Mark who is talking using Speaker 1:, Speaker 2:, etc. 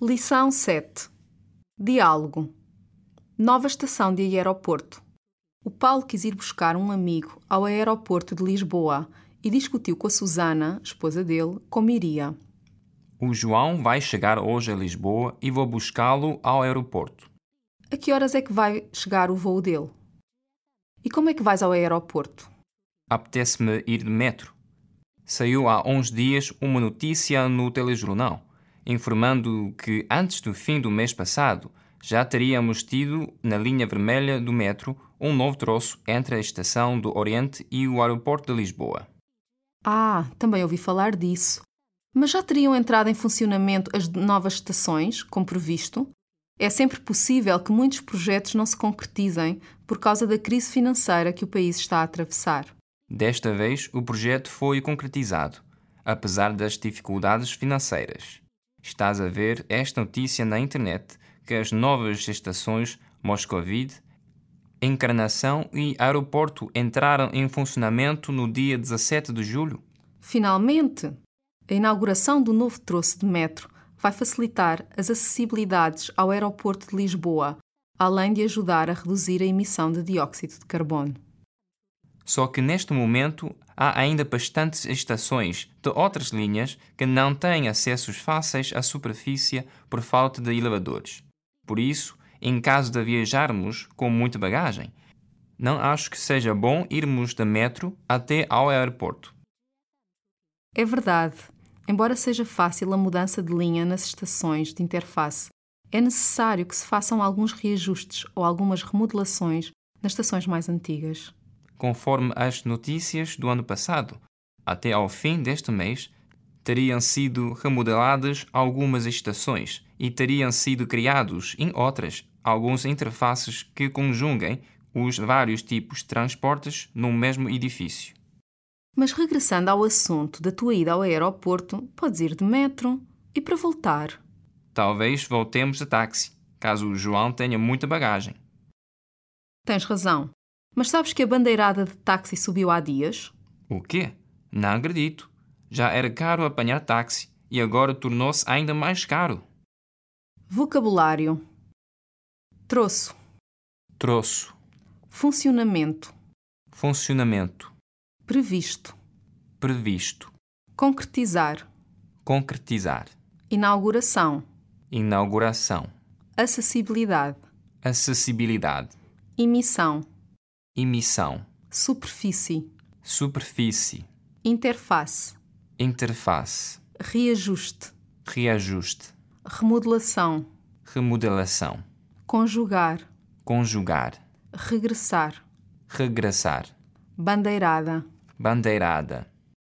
Speaker 1: Lição 7. Diálogo. Nova estação de aeroporto. O Paulo quis ir buscar um amigo ao aeroporto de Lisboa e discutiu com a Susana, esposa dele, como iria.
Speaker 2: O João vai chegar hoje a Lisboa e vou buscá-lo ao aeroporto.
Speaker 1: A que horas é que vai chegar o voo dele? E como é que vais ao aeroporto?
Speaker 2: Apetece-me ir de metro. Saiu há uns dias uma notícia no telejornal informando que antes do fim do mês passado já teríamos tido na linha vermelha do metro um novo troço entre a estação do Oriente e o aeroporto de Lisboa.
Speaker 1: Ah, também ouvi falar disso. Mas já teriam entrado em funcionamento as novas estações, como previsto? É sempre possível que muitos projetos não se concretizem por causa da crise financeira que o país está a atravessar.
Speaker 2: Desta vez, o projeto foi concretizado, apesar das dificuldades financeiras. Estás a ver esta notícia na internet que as novas estações Moscovide, Encarnação e Aeroporto entraram em funcionamento no dia 17 de julho?
Speaker 1: Finalmente, a inauguração do novo troço de metro vai facilitar as acessibilidades ao aeroporto de Lisboa, além de ajudar a reduzir a emissão de dióxido de carbono.
Speaker 2: Só que neste momento há ainda bastantes estações de outras linhas que não têm acessos fáceis à superfície por falta de elevadores. Por isso, em caso de viajarmos com muita bagagem, não acho que seja bom irmos de metro até ao aeroporto.
Speaker 1: É verdade, embora seja fácil a mudança de linha nas estações de interface, é necessário que se façam alguns reajustes ou algumas remodelações nas estações mais antigas.
Speaker 2: Conforme as notícias do ano passado, até ao fim deste mês, teriam sido remodeladas algumas estações e teriam sido criados em outras alguns interfaces que conjuguem os vários tipos de transportes num mesmo edifício.
Speaker 1: Mas regressando ao assunto da tua ida ao aeroporto, podes ir de metro e para voltar.
Speaker 2: Talvez voltemos de táxi, caso o João tenha muita bagagem.
Speaker 1: Tens razão. Mas sabes que a bandeirada de táxi subiu há dias?
Speaker 2: O quê? Não acredito. Já era caro apanhar táxi e agora tornou-se ainda mais caro.
Speaker 1: Vocabulário: troço,
Speaker 2: Troço.
Speaker 1: funcionamento,
Speaker 2: Funcionamento.
Speaker 1: previsto,
Speaker 2: Previsto.
Speaker 1: concretizar,
Speaker 2: Concretizar.
Speaker 1: inauguração,
Speaker 2: Inauguração.
Speaker 1: acessibilidade,
Speaker 2: Acessibilidade.
Speaker 1: emissão,
Speaker 2: Emissão.
Speaker 1: superfície,
Speaker 2: Superfície.
Speaker 1: interface,
Speaker 2: Interface.
Speaker 1: reajuste,
Speaker 2: Reajuste.
Speaker 1: remodelação,
Speaker 2: Remodelação.
Speaker 1: conjugar,
Speaker 2: Conjugar.
Speaker 1: regressar,
Speaker 2: Regressar.
Speaker 1: bandeirada.
Speaker 2: Bandeirada.